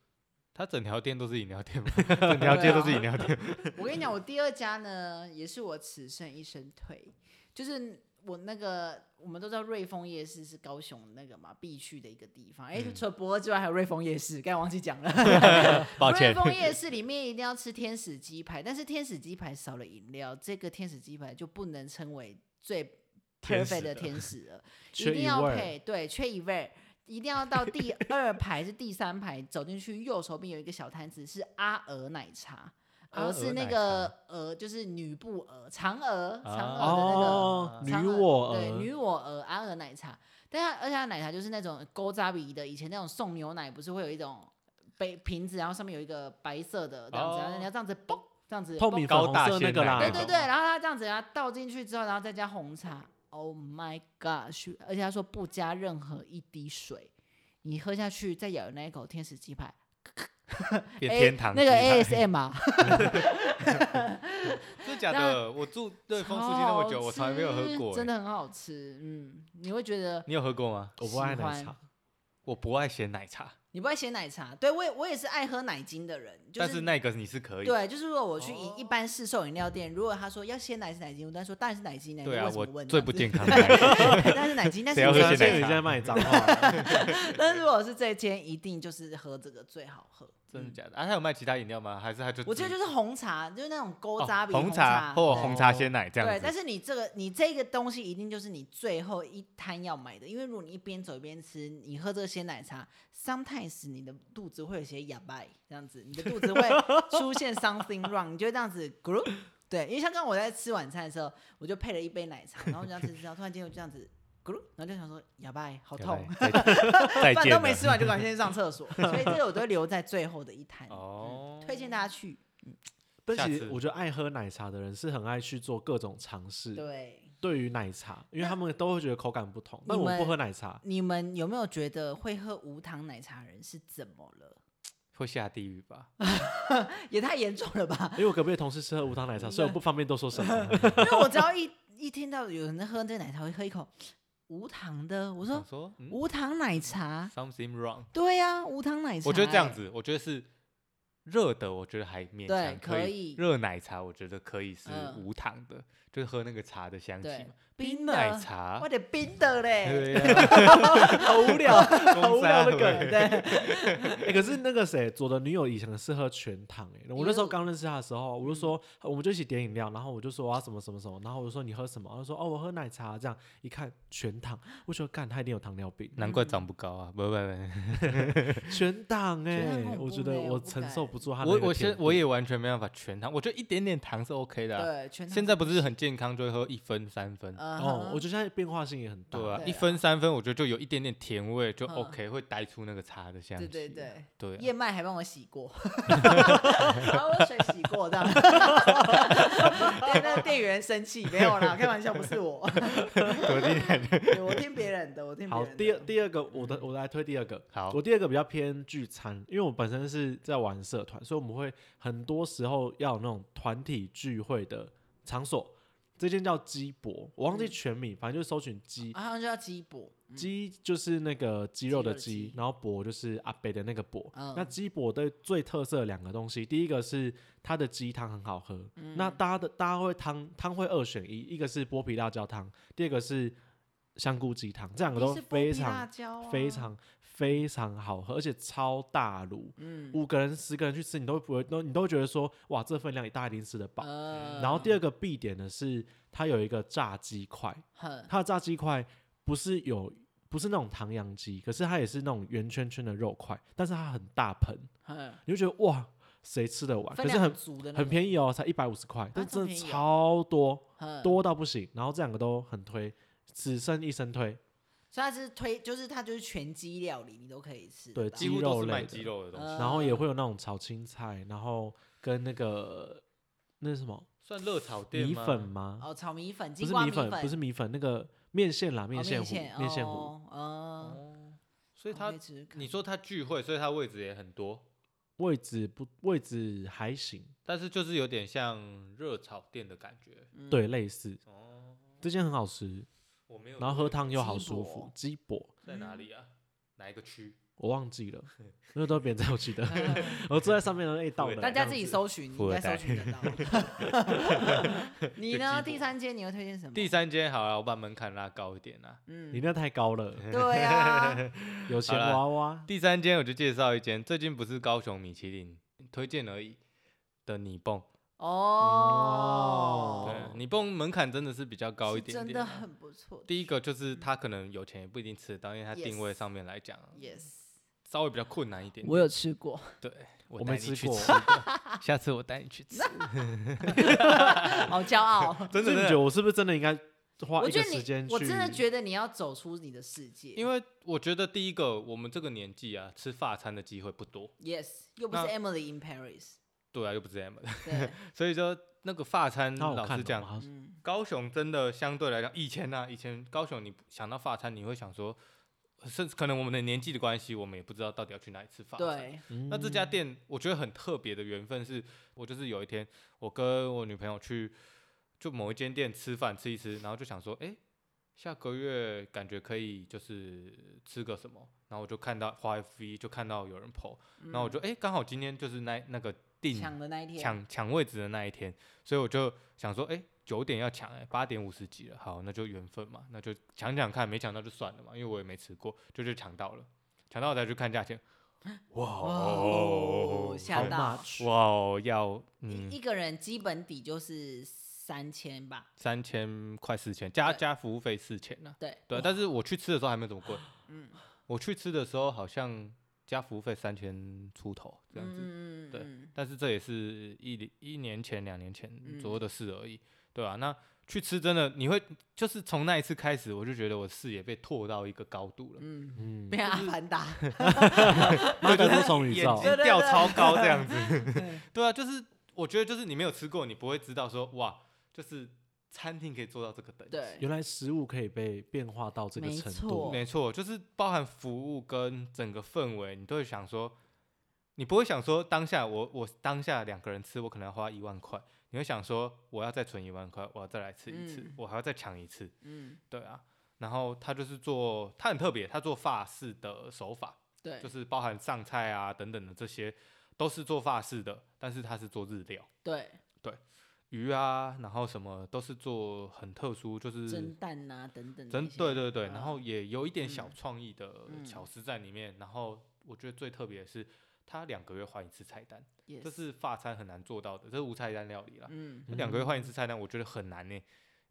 A: 它整条店都是饮料店
B: [laughs]
A: 嘛，整条
C: 啊
A: 街都
C: [laughs]
A: 是饮料店。
C: 我跟你讲，我第二家呢，也是我此生一生推，就是我那个我们都知道瑞丰夜市是高雄那个嘛必去的一个地方。
A: 嗯
C: 哎，除了博尔之外，还有瑞丰夜市，刚才忘记讲
A: [laughs]
C: 了。啊
A: 抱
C: [laughs]
A: 歉
C: 瑞，丰夜市里面一定要吃天使鸡排，但是天使鸡排少了饮料，这个天使鸡排就不能称为最
A: 天使
C: perfect 的
A: 了
C: 天使了，一
B: 缺
C: 定
B: 一
C: 要
B: 味儿
C: 配对缺一味儿。一定要
B: [laughs]
C: 到第二排是第三排走进去，右手边有一个小摊子是阿娥奶茶，
A: 阿
C: 鹅
A: 娥
C: 是那
A: 奶
C: 个鹅，就是女部鹅，嫦娥，嫦娥的呃那个
B: 啊哦，女
C: 嫦娥
B: 我
C: 对
B: 鹅，
C: 女我鹅阿娥奶茶，但它而且它的奶茶就是那种勾扎鼻的，以前那种送牛奶不是会有一种杯瓶子，然后上面有一个白色的这样子，
B: 哦
C: 然后你要这样子嘣，这样子
B: 透
C: 嘣
B: 明粉
A: 高
B: 红
A: 大
B: 色那
A: 鲜啊
B: 个
A: 奶
B: 啦，
C: 对
A: 那
C: 对
A: 种
C: 对，然后它这样子，然后倒进去之后，然后再加红茶，Oh my gosh！而且他说不加任何一滴水，你喝下去再咬那一口天使鸡排，
A: 变
C: A-
A: 天堂
C: 哎那个
A: 鸡排
C: ASM 啊，
A: [laughs] 真的假的？我住瑞丰附近那么久，
C: 超
A: 我从来没有喝
C: 吃
A: 过。哎
C: 真，的很好吃，嗯，你会觉得
A: 你有喝过吗？
B: 我不爱
C: 喜
B: 奶
C: 欢
B: 茶，
A: 我不爱咸奶茶，
C: 你不爱写奶茶，对我也我也是爱喝奶精的人，就
A: 但是那个哦你是可以。
C: 对，就是如果我去一一般市售饮料店，如果他说要鲜奶是奶精，我当然说当然是奶精呢，
A: 对啊
C: 为，什么
A: 我
C: 问
A: 最
C: 这样
A: 不
C: 子
A: 健康
C: [laughs]
A: 的奶茶。
C: 对，但是奶精，但是
A: 谁要喝鲜
C: 如果
A: 奶
B: 现在你
A: 茶
B: 在卖脏
A: [laughs]
B: 话，
C: [laughs] 但是如果是这一间，一定就是喝这个最好喝。嗯
A: 真的假的？啊，他有卖其他饮料吗？还是他就
C: 我记得
A: 只
C: 就是红茶，就是那种勾
A: 哦
C: 扎比
A: 红
C: 茶
A: 或
C: 对
A: 红茶鲜奶这
C: 对，
A: 样
C: 但
A: 子。
C: 是你这个你这个东西一定就是你最后一摊要买的，因为如果你一边走一边吃，你喝这个鲜奶茶，sometimes 你的肚子会有些哑巴，欸这样子，你的肚子
A: [laughs]
C: 会出现 something wrong，你就会这样子咕噜。对，因为像刚刚我在吃晚餐的时候，我就配了一杯奶茶，然后我就这样吃吃到，突然间我就这样子咕噜，然后就想说哑巴，欸好痛， [laughs]
A: 再见，再
C: 饭
A: 见
C: 都
A: 了。
C: 没吃完就赶紧去上厕所， [laughs] 所以这个我都会留在最后的一摊，
A: 哦，
C: 推荐大家去。
B: 但
A: 下
B: 其实
A: 次
B: 我觉得爱喝奶茶的人是很爱去做各种尝试。
C: 对。
B: 对于奶茶，因为他们都会觉得口感不同，但
C: 你
B: 我不
C: 们
B: 喝奶茶，
C: 你们有没有觉得会喝无糖奶茶的人是怎么了？
A: 会下地狱吧？
C: 也太严重了吧！
B: 因为我隔壁的同事是喝无糖奶茶，所以我不方便多说什么。
C: 因为我只要 [laughs] 一一听到有人在喝这个奶茶，会喝一口无糖的，我啊
A: 想
C: 说
A: 说，嗯
C: 无糖奶茶，
A: ，something wrong。
C: 对呀、无糖奶茶、
A: 我觉得这样
C: 欸，
A: 子，我觉得是热的，我觉得还勉
C: 对
A: 强
C: 可以
A: 以。热奶茶我觉得可以是
C: 嗯
A: 无糖的，就是喝那个茶的香气
C: 对
A: 嘛。
C: 冰
A: 冰
C: 的
A: 奶茶
C: 我，得冰的嘞，
A: 啊对呀，
B: [laughs] 好无聊，好无聊的
A: 公
B: 梗。
A: 司
B: 啊对，哎，可是那个谁，左的女友以前是喝全糖哎、我那时候刚认识她的时候，我就说我们就一起点饮料，然后我就说我要什么什么什么，然后我就说你喝什么，她就说哦我喝奶茶，这样一看全糖，我觉得干她一定有糖尿病，
A: 难怪长不高啊！不不不，
B: 全糖哎、
C: 全糖恐怖
B: 我觉得
C: 呢
B: 我
C: 我不
B: 承受不
C: 啊
B: 住她那
A: 我
B: 个
A: 我
B: 甜
A: 现我也完全没办法全糖，我觉得一点点糖是 OK 的啊。
C: 嗯对，全糖
A: 现在不是很健康，就会喝一分三分，
C: 嗯哼
B: 哦，我觉得现在变化性也很大，
A: 对啊
C: 对，
A: 一
C: 啦
A: 分三分，我觉得就有一点点甜味，就
C: 嗯
A: OK，会带出那个茶的香
C: 对
A: 气。
C: 对对。
A: 对啊，
C: 燕麦还帮我洗
B: [laughs]
C: 过，然后我水洗过这样，对，那个店员生气，没有啦，开玩笑，不是
B: [laughs]
C: 我，
A: [laughs] 多厉害！
C: 对我听别人的，我听别
B: 好，
C: 人的。
B: 第二第二个，我的我来推第二个。
A: 好
B: 我第二个比较偏聚餐，因为我本身是在玩社团，所以我们会很多时候要有那种团体聚会的场所。这间叫鸡博，我忘记全名，反正就是搜寻鸡，
C: 啊，好像就叫鸡脖，
B: 鸡就是那个鸡肉的
C: 鸡肉的
B: 鸡
C: 鸡，
B: 然后博就是阿北的那个博。
C: 嗯
B: 那鸡博的最特色的两个东西，第一个是它的鸡汤很好喝，
C: 嗯
B: 那大家的大家会汤汤会二选一，一个是剥皮辣椒汤，第二个是香菇鸡汤，这两个
C: 你
B: 都
C: 是剥
B: 非
C: 皮辣
B: 常、
C: 椒啊
B: 非常非常好喝，而且超大炉，
C: 嗯，
B: 五个人、十个人去吃，你都不会都你都会觉得说，哇，这份量你大家一定吃得饱。
C: 呃
B: 然后第二个必点的是，它有一个炸鸡块，
C: 很
B: 它的炸鸡块不是有不是那种唐扬鸡，可是它也是那种圆圈圈的肉块，但是它很大盆，
C: 很
B: 你就觉得哇，谁吃得完？
C: 分
B: 可是
C: 量
B: 很
C: 足的那
B: 很
C: 宜，
B: 便宜哦，才一百五十块，但真
C: 这么
B: 的
C: 便宜哦嗯
B: 超多
C: 很
B: 多到不行。然后这两个都很推，此生一生推，
C: 所以它是推，就是它就是全鸡料理，你都可以吃
B: 对
C: 得到。
A: 几
B: 鸡
A: 乎都
B: 肉
A: 是卖
B: 类
A: 鸡
B: 的
A: 肉的东西，
C: 呃
B: 然后也会有那种炒青菜，然后跟那个那是什么
A: 算热炒店
B: 米
A: 吗
B: 粉吗？
C: 哦，炒米粉、
B: 不
C: 金
B: 是
C: 瓜
B: 米粉，
C: 粉，
B: 不是米粉，那个面线啦，
C: 哦
B: 面线糊，面线糊。
C: 哦嗯，
A: 哦，所以
C: 我
A: 他
C: 可以吃吃看
A: 你说他聚会，所以他位置也很多，
B: 位置不位置还行，
A: 但是就是有点像热炒店的感觉。
C: 嗯
B: 对，类似
A: 哦，
B: 这间很好吃，
A: 我没有。
B: 然后喝汤又好
C: 鸡
B: 舒
C: 脖
B: 服。鸡脖
A: 在哪里啊？哪一个区？
B: 我忘记
C: [laughs]
B: 了，因为都是别人在我记得，我坐在上面的那到
A: 对
B: 了，
C: 大
B: 这
C: 家
B: 样
C: 自己
B: 子
C: 搜寻，你
A: 富
C: 应
A: 二
C: 该
A: 代
C: 搜寻得到。你呢？第三间你会推荐什么？
A: 第三间好了，啊我把门槛拉高一点啊啦。
B: 你
C: 嗯，
B: 那太高
C: [laughs]
B: 了，
C: 对啊，
B: 有钱
A: 啦
B: 娃娃
A: 第三间我就介绍一间，最近不是高雄米其林推荐而已的你蹦，
C: 哦，
A: 对，你蹦门槛真的是比较高一
C: 是
A: 点
C: 真
A: 点
C: 的
A: 啊。
C: 很不错。
A: 第一个就是他可能有钱也不一定吃得到，因为他
C: Yes
A: 定位上面来讲，
C: yes，
A: 稍微比较困难一点点。
C: 有吃过，
A: 对，我
B: 我
A: 带
B: 没
A: 你去
B: 吃
A: 吃
B: 过 [laughs]
A: 过，下次我带你去吃。
C: [laughs] 好骄傲。
A: [laughs] 真
B: 所以
C: [laughs]
B: 你
A: 的
B: 觉得我是不是真的应该花
C: 我
B: 一
C: 觉
B: 个
C: 得
B: 时间
C: 你，
B: 去？
C: 我真的觉得你要走出你的世界，
A: 因为我觉得第一个，我们这个年纪啊，吃法餐的机会不多，
C: yes，又不是
A: 那
C: Emily
A: [laughs]
C: in Paris，
A: 对啊，又不是 M，的
C: 对，
A: [laughs] 所以说那个法餐，
B: 他好
A: 老
B: 看
A: 实讲，
B: 哦，
C: 嗯，
A: 高雄真的相对来讲，以前啊呢、以前高雄你想到法餐，你会想说，甚至可能我们的年纪的关系，我们也不知道到底要去哪里吃法餐。
C: 对，
A: 那
B: 那
A: 这家店我觉得很特别的缘分是，我就是有一天我跟我女朋友去就某一间店吃饭吃一吃，然后就想说，哎、下个月感觉可以就是吃个什么，然后我就看到花 FV 就看到有人 PO，然后我就哎刚、好今天就是那那个定
C: 抢的那一天，
A: 抢抢位置的那一天，所以我就想说，哎、九点要抢，哎，八点五十几了，好，那就缘分嘛，那就抢抢看，没抢到就算了嘛，因为我也没吃过，就就抢到了，抢到我再去看价钱，哇
C: 哦
A: 哦，
C: 吓
A: 好
C: 到
A: 哇哦，要嗯
C: 一一个人基本底就是三千吧，
A: 三千快四千，加
C: 对
A: 加服务费四千呢，
C: 对，
A: 对，啊但是我去吃的时候还没有这么贵，
C: 嗯
A: 我去吃的时候好像加服务费三千出头这样子，
C: 嗯
A: 对
C: 嗯
A: 但是这也是一年一年前、两年前
C: 嗯
A: 左右的事而已，对吧、那去吃真的，你会就是从那一次开始，我就觉得我视野被拓到一个高度了，
C: 嗯，
B: 嗯，
C: 变阿凡达，
A: [laughs]
B: 妈的
A: 就是
B: 多重宇
A: 眼
B: 宙
A: 睛
C: 对对
A: 掉
C: 对
A: 超高这样子。对啊，就是我觉得就是你没有吃过，你不会知道说哇，就是餐厅可以做到这个等级。
C: 对，
B: 原来食物可以被变化到这个
C: 没
B: 程
C: 错
B: 度，
A: 没错，就是包含服务跟整个氛围，你都会想说，你不会想说当下我我当下两个人吃，我可能要花一万块，你会想说我要再存一万块，我要再来吃一次，
C: 嗯
A: 我还要再抢一次，
C: 嗯
A: 对啊。然后他就是做，他很特别，他做法式的手法，
C: 对
A: 就是包含上菜啊等等的这些，都是做法式的，但是他是做日料，
C: 对，
A: 鱼啊，然后什么都是做很特殊，就是
C: 蒸蛋啊等等那
A: 真
C: 些，
A: 对对对，然
C: 啊
A: 后也有一点小
C: 嗯
A: 创意的
C: 嗯
A: 巧思在里面。然后我觉得最特别的是，它两个月换一次菜单，这
C: yes，
A: 是法餐很难做到的，这是无菜单料理啦。
C: 嗯
A: 那两个月换一次菜单，我觉得很难呢、因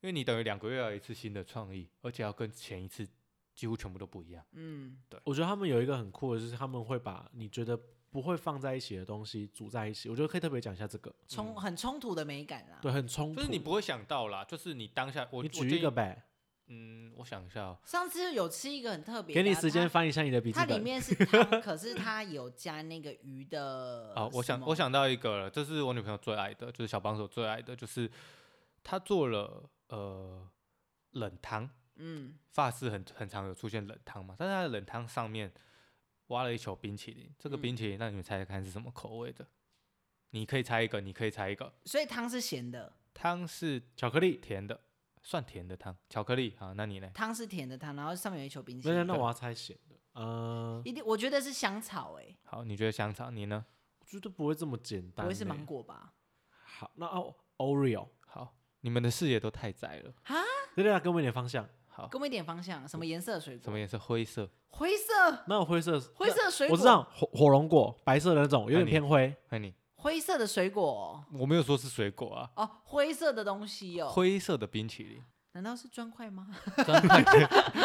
A: 为你等于两个月要有一次新的创意，而且要跟前一次几乎全部都不一样。
C: 嗯
B: 我觉得他们有一个很酷的，就是他们会把你觉得不会放在一起的东西组在一起。我觉得可以特别讲一下这个，
A: 嗯
C: 冲很冲突的美感啦，
B: 对，很冲突。
A: 就是你不会想到啦，就是你当下我
B: 你
A: 我
B: 举
A: 建
B: 一个
A: 议
B: 呗，
A: 嗯，我想一下、哦，
C: 上次有吃一个很特别的
B: 给
C: 啊，
B: 你时间
C: 它
B: 翻一下你的笔记
C: 它里
A: [laughs]
B: 本。
C: 面是汤，可是它有加那个鱼的
A: 啊，我
C: 呃什
A: 想我
C: 么
A: 想到一个了，这是我女朋友最爱的，就是小帮手最爱的，就是她做了呃冷汤。
C: 嗯
A: 法式很很常有出现冷汤嘛，但是它的冷汤上面挖了一球冰淇淋，这个
C: 嗯
A: 冰淇淋，那你们猜猜看是什么口味的？你可以猜一个，你可以猜一个，
C: 所以汤是咸的，
A: 汤是
B: 巧克力，
A: 甜的，算甜的汤，巧克力好，那你呢？
C: 汤是甜的汤，然后上面有一球冰淇
B: 那那
C: 淋。
B: 那我要猜咸的。呃，
C: 一定，我觉得是香草哎、
A: 好，你觉得香肠？你呢？
B: 我觉得不会这么简
C: 不
B: 单。
C: 会是芒？果吧？
B: 好，那哦，Oreo，
A: 好，你们的视野都太窄了。
B: 对对，给我们一点方向。
A: 好，
C: 给我们一点方向，什么颜色的水
A: 什
C: 果？
A: 么颜色？灰色。
C: 灰色，
B: 那有灰色，
C: 灰色的水果，
B: 我知道火火龙果，白色的那种，有
A: 那
B: 点
A: 你
B: 偏灰。
A: 那你，
C: 灰色的水果
A: 我没有说是水果啊，
C: 哦，灰色的东西哦，
A: 灰色的冰淇淋。
C: 难道是砖块吗？
B: 砖块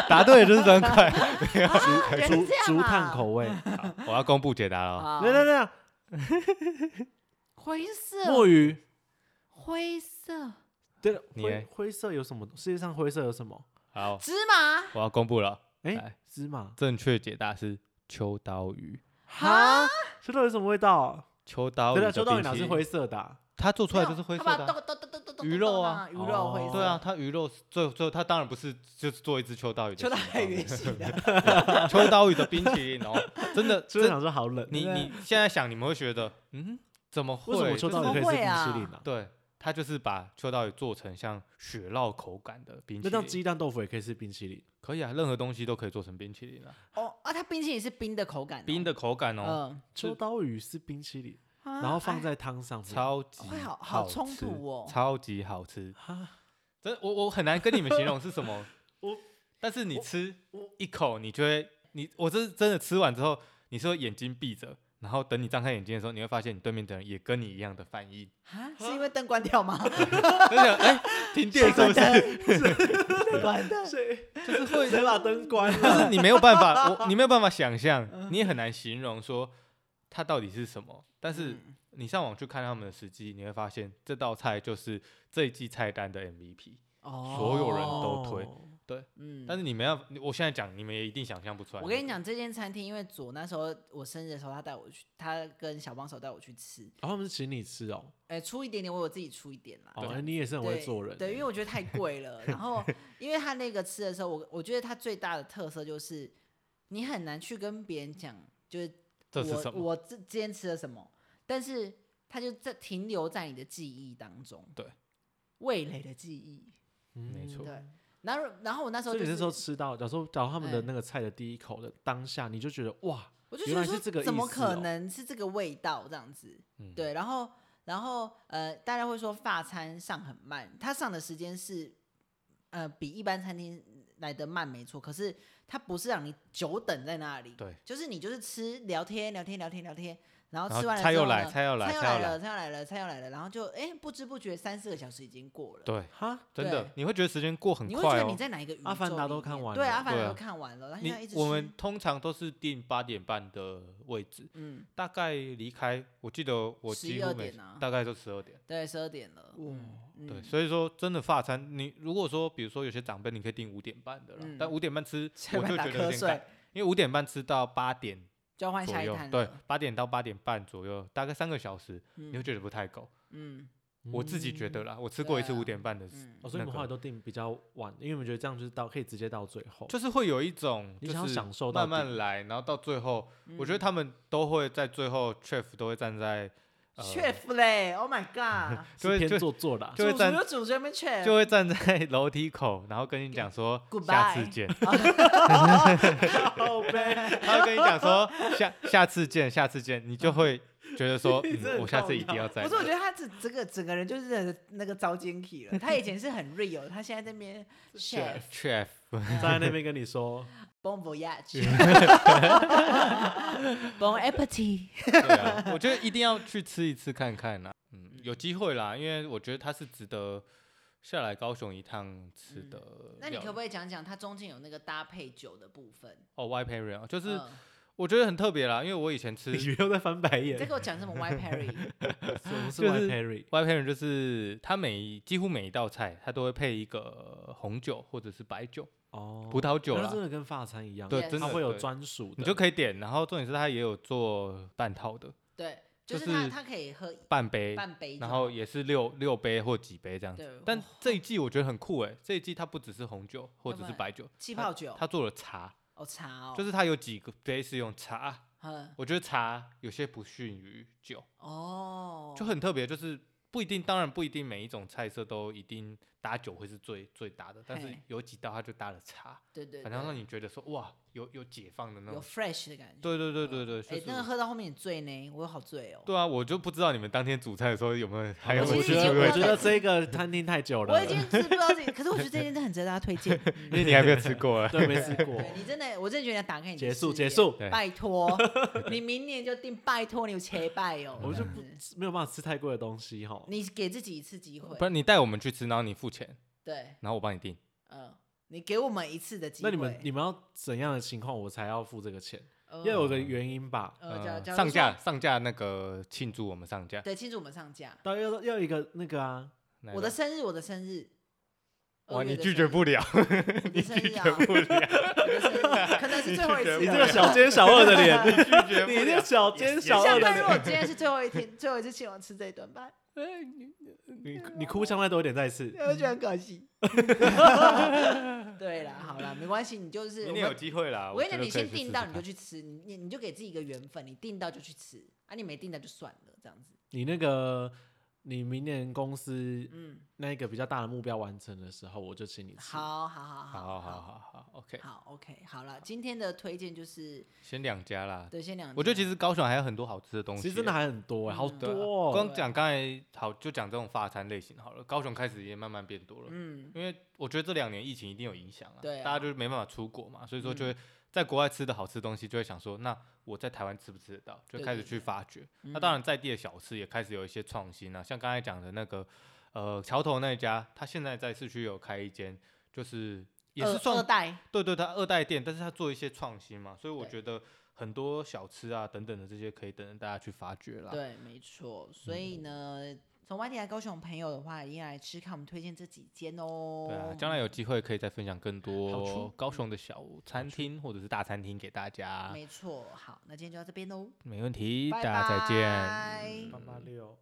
A: 答对了就是砖块。
C: 啊原来
B: 竹
C: 是这样
B: 竹
C: 啊
B: 炭口味。
A: [laughs] 我要公布解答了哦。
C: 啊
B: 对对对，
C: 灰色，
B: 墨鱼。
C: 灰色，
B: 对，
A: 你
B: 灰
A: 嘞
B: 灰色有什么？世界上灰色有什么？
A: 好，
C: 芝麻，
A: 我要公布了。
B: 哎
A: 来，
B: 芝麻。
A: 正确解答是秋刀鱼。
C: 哈，
B: 秋刀鱼什么味道？
A: 秋刀鱼
B: 对啊
A: 的
B: 了，秋刀鱼
A: 冰
B: 哪
A: 淇
B: 是
A: 淋
B: 灰，色的啊？
A: 它做出来就是
C: 没
A: 灰
C: 有
A: 色的
C: 它把
A: 啊。
C: 它剁剁剁剁剁
A: 鱼肉啊
C: 剁剁剁鱼肉
B: 哦
C: 灰色，
A: 对啊，，它鱼肉是最最后它当然不是就是做一只秋刀鱼的
C: 秋
A: 形
C: 刀
A: 状，
C: 鱼系
A: [laughs]
C: 的，
A: 秋刀鱼的冰淇淋哦，真
B: [laughs]
A: 的，
B: 所以
A: 真
B: 我想说好冷。
A: 你
B: 对不对
A: 你现在想你们会觉得嗯怎么会？
B: 为什么秋
A: 就是
B: 刀鱼可以吃
C: 怎么会
B: 冰
C: 啊
B: 淇淋呢？
A: 对，它就是把秋刀鱼做成像雪酪口感的冰淇
B: 那像
A: 淋，
B: 鸡蛋豆腐也可以吃冰淇淋。
A: 可以啊，任何东西都可以做成冰淇淋啊，
C: 哦啊，它冰淇淋是冰的口感哦，
A: 冰的口感哦，
C: 嗯，
B: 秋刀鱼是冰淇淋，
C: 啊
B: 然后放
C: 哎
B: 在汤上面。
A: 超级
C: 会好好
A: 好
C: 冲
A: 吃
C: 突哦
A: 超级好吃，
B: 哈，
A: 真的我我很难跟你们形容是什么
B: [laughs] 我
A: 但是你吃
B: 我
A: 一口，你就会你我这真的吃完之后，你是会眼睛闭着，然后等你张开眼睛的时候，你会发现你对面的人也跟你一样的反应，
C: 啊，是因为灯关掉吗？
A: 真的哎、停电是不是？
C: 关
B: [laughs]
C: 的，
B: 谁
A: 就是会
B: [laughs] 谁把灯关了？
A: 就是你没有办法，我你没有办法想象，
B: 嗯
A: 你也很难形容说它到底是什么。但是
C: 嗯
A: 你上网去看他们的实际，你会发现这道菜就是这一季菜单的 MVP。[laughs]
C: 所
A: 所有人都推
B: 哦
C: 嗯
A: 但是你们要，我现在讲，你们也一定想象不出来。
C: 我跟你，讲，这间餐厅，因为左那时候我生日的时候，他带我去，他跟小帮手带我去吃，
B: 然后他们是请你吃哦，
C: 哎、出一点点，我有自己出一点啦。
B: 哦，
A: 对
B: 哎你也 [laughs] 是很会
C: 对
B: 做人，
C: 对，因为我觉得太贵了。然
B: [laughs]
C: 后，因为他那个吃的时候，我我觉得他最大的特色就是，你很难去跟别人讲，就是
A: 这是什
C: 我
A: 么？
C: 我这今天吃了什么，但是他就在停留在你的记忆当中，
A: 对，
C: 味蕾的记忆，
B: 嗯
A: 没错
C: 对。然后，然后我那时候
B: 欸所以
C: 就
B: 你那
C: 是，
B: 时候吃到，假如说假如他们
C: 哎
B: 的那个菜的第一口的当下，你就觉得哇，
C: 我就觉
B: 原
C: 得
B: 来
C: 说，
B: 是这个
C: 怎
B: 意
C: 么
B: 思
C: 可
B: 哦
C: 能是这个味道这样子？
A: 嗯
C: 对，然后然后呃，大家会说法餐上很慢，它上的时间是呃比一般餐厅来的慢，没错。可是它不是让你久等在那里，
A: 对，
C: 就是你就是吃聊天聊天聊天聊天，然后
A: 然
C: 吃
A: 后
C: 完了
A: 菜
C: 之
A: 又
C: 后
A: 来，
C: 呢
A: 菜又来，
C: 菜又
A: 菜
C: 来
A: 又来
C: 了，，菜又来了，菜又来了，然后就哎不知不觉三四个小时已经过了。
A: 对，
B: 哈，
A: 真的
C: 对，
A: 你会觉得时间过很
C: 你会觉
A: 快
C: 得你
A: 哦。
C: 在哪一个宇宙里面？
B: 阿凡达都看完
C: 对，
B: 了
C: 阿凡
A: 对
C: 达
A: 啊
C: 都看完了，然后
A: 你
C: 现在一直
A: 我
C: 吃
A: 们通常都是定八点半的位置，
C: 嗯，
A: 大概离开，我记得我几
C: 12
A: 乎每
C: 点啊
A: 大概都十二点。
C: 对，十二点了，
A: 哦
C: 嗯，
A: 对，
C: 嗯
A: 所以说真的法餐，你如果说比如说有些长辈，你可以订五点半的啦，
C: 嗯
A: 但五点半
C: [laughs]
A: 吃
C: 下
A: 我
C: 班
A: 就
C: 打
A: 觉得有
C: 瞌
A: 点
C: 睡
A: 赶，，因为五点半吃到八点
C: 就要换
A: 左
C: 下一
A: 右
C: 摊，
A: 对
C: 了，
A: 八点到八点半左右，大概三个小时，你会觉得不太够。
C: 嗯
A: 我自己觉得啦，我吃过一次
C: 对啊
A: 五点半的，
C: 嗯
B: 哦，所以你
A: 那
B: 们
A: 个
B: 后来都定比较晚，因为我们觉得这样就是到可以直接到最后，
A: 就是会有一种
B: 你
A: 就
B: 想要
A: 是
B: 享受到
A: 慢
B: 底
A: 慢来，然后到最后，我觉得
C: 嗯
A: 他们都会在最后 chef 都会站在呃
C: chef 嘞，Oh my
A: [laughs]
C: god，
A: 就会
B: 是
A: 就
B: 偏做作的啊，
A: 就会
C: 主
A: 站
C: 有主角们 chef，
A: 就会站在 [laughs] 楼梯口，然后跟你讲说
C: [laughs] Goodbye
A: 下次见，
B: 靠背，
A: [laughs] 他会跟你讲说下下次见，下次见，你就会觉得
C: [laughs]
A: 说，
B: 真的
A: 嗯、
B: 很
A: 我下
B: 靠
A: 次一定
B: 腰
A: 要再
C: 不
A: 来。
C: 是，我觉得他整整个整个人就是那个糟践体了。他以前是很 real，他现在这边 chef [laughs]
A: chef，
B: 站在那边跟
A: [laughs]
B: 你说，
C: bon voyage，bon
A: [laughs]
C: appetit，
A: 对啊，我觉得一定要去吃一次看看啦、嗯，有机会啦，因为我觉得它是值得下来高雄一趟吃的料理。
C: 嗯那你可不
A: 以
C: 可以讲讲他中间有那个搭配酒的部分？
A: 哦，Y Pairing 就是
C: 嗯
A: 我觉得很特别啦，因为我以前吃
B: 你又在翻白
C: 你
B: 眼
C: 在，给我讲什么 white perry？
B: 什么是
A: 就
B: White
A: 是
B: Perry？
A: Y Pairing 就是它每一几乎每一道菜它都会配一个红酒或者是白酒、
B: 哦，
A: 葡萄酒
B: 那
A: 啦
B: 真，的跟法餐一样，
A: 对
C: Yes，
A: 真
B: 它
A: 的
B: 会有
A: 对
B: 专属的，
A: 你就可以点，然后重点是它也有做半套的
C: 对，就是
A: 就是
C: 他他可以喝
A: 半杯，
C: 半杯就好，
A: 然后也是六六杯或几杯这样子。
C: 对，
A: 但
C: 哇
A: 这一季我觉得很酷哎，这一季它不只是红酒或
C: 要
A: 者
C: 不
A: 是
C: 然
A: 白酒，
C: 气泡酒
A: 它做了茶，
C: 哦茶哦，
A: 就是它有几个杯是用茶。
C: 嗯
A: 我觉得茶有些不逊于酒，
C: 哦，
A: 就很特别，就是不一定，当然不一定每一种菜色都一定搭酒会是最最搭的，但是
C: 嘿
A: 有几道它就搭的差，
C: 对对
A: 反
C: 对
A: 正让你觉得说哇，有有解放的那
C: 有
A: 种。
C: fresh 的感觉。
A: 对对对对对，就
C: 哎、
A: 是
C: 那个喝到后面也醉呢，我好醉哦。
A: 对啊，我就不知道你们当天煮菜的时候有没有还有
C: 我
A: 没有
B: 我
C: 其
B: 觉
C: 实
A: 机会
B: 得
C: 已经
B: 哦我
C: 忘
B: 觉得
C: 了
B: [laughs] 这个餐厅太久了，
C: 我已经是不知道这个，可是我觉得这件事很值得大家推
A: [laughs]
C: 荐。嗯
A: 因为你还没有吃过啊。
B: [laughs] 对没吃
C: [laughs]
B: 过
C: 对。你真的，我真的觉得你要打开你的
B: 结束
C: 视野
B: 结束
A: 对 [laughs]
C: 拜托，你明年就定，拜托你有切拜哦。
B: 我就
C: 这样
B: 不
C: 子
B: 没有办法吃太贵的东西哈。
C: 你给自己一次机会
A: [laughs] 不，然你带我们去吃，然后你付钱，
C: 对，
A: 然后我帮你订。
C: 嗯，你给我们一次的机
B: 那
C: 会。
B: 你们你们要怎样的情况我才要付这个钱？
C: 呃
B: 要有个原因吧。
C: 呃，假
A: 呃
C: 假如
A: 上架
C: 说
A: 上架那个庆祝我们上架。
C: 对，庆祝我们上架。
B: 到要要一个那个啊，
A: 那
C: 我
A: 个
C: 的生日，我的生日。
A: 哇，
C: 二月
A: 你
C: 的
A: 拒
C: 生
A: 绝
C: 日
A: 不了，
C: 我的生日啊，
A: 拒绝不
C: [laughs]
A: 了，
C: 我的生日可能是最后一次了。
B: 你这
A: [laughs] 哎
B: 个小奸小恶的脸，
A: 拒绝不
B: 你这
A: 了
B: 个。小奸小
C: 下
B: 恶的
C: 班如果
B: 脸，
C: 今天是最后一天， [laughs] 最后一次请我吃这一顿饭，
A: 哎你哦
B: 你哭相对多一点再一次。
C: 我就觉得很可惜。 [laughs] 对啦，好啦，没关系，你就是
A: 明
C: 我
A: 年有
C: 们，
A: 机会啦。
C: 我跟你
A: 觉
C: 讲，
A: 得可
C: 你
A: 以
C: 先
A: 去试
C: 订
A: 试
C: 到
A: 看
C: 你就去吃，你你你就给自己一个缘分，你订到就去吃，啊，你没订到就算了，这样子。
B: 你那个，你明年公司
C: 嗯，
B: 那一个比较大的目标完成的时候，我就请你吃。
C: 好好
A: 好
C: 好好
A: 好好好好，OK，
C: 好，OK，好了，今天的推荐就是
A: 先两家啦。
C: 对，先两家，
A: 我觉得其实高雄还有很多好吃的东西
B: 其
A: 耶，
B: 实真的还很多哎、
C: 嗯
B: 好
A: 对啊
B: 多、哦。
A: 光讲刚才好，就讲这种法餐类型好了。高雄开始也慢慢变多了，
C: 嗯，
A: 因为我觉得这两年疫情一定有影响啊，
C: 对啊嗯
A: 大家就是没办法出国嘛，所以说就会在国外吃的好吃的东西，就会想说，那我在台湾吃不吃得到，就
C: 对
A: 开
C: 对
A: 始去
C: 对
A: 发掘。
C: 嗯
A: 那当然在地的小吃也开始有一些创新啊，像刚才讲的那个，呃，桥头那一家，他现在在市区有开一间，就是也
C: 二
A: 是
C: 二
A: 算
C: 代，
A: 对对，它二代店，但是它做一些创新嘛，所以我
C: 对
A: 觉得很多小吃啊等等的这些可以等着大家去发掘啦。
C: 对，没错。所
A: 嗯
C: 以呢，从外地来高雄朋友的话，一定要来吃看我们推荐这几间哦。嗯
A: 对啊，将来有机会可以再分享更
B: 好
A: 多
B: 处
A: 高雄的小餐厅或者是大餐厅给大家。
C: 没错。好，那今天就到这边喽，
A: 没问题，啊
C: 拜
A: 大家再见。
C: 拜
B: 八八六。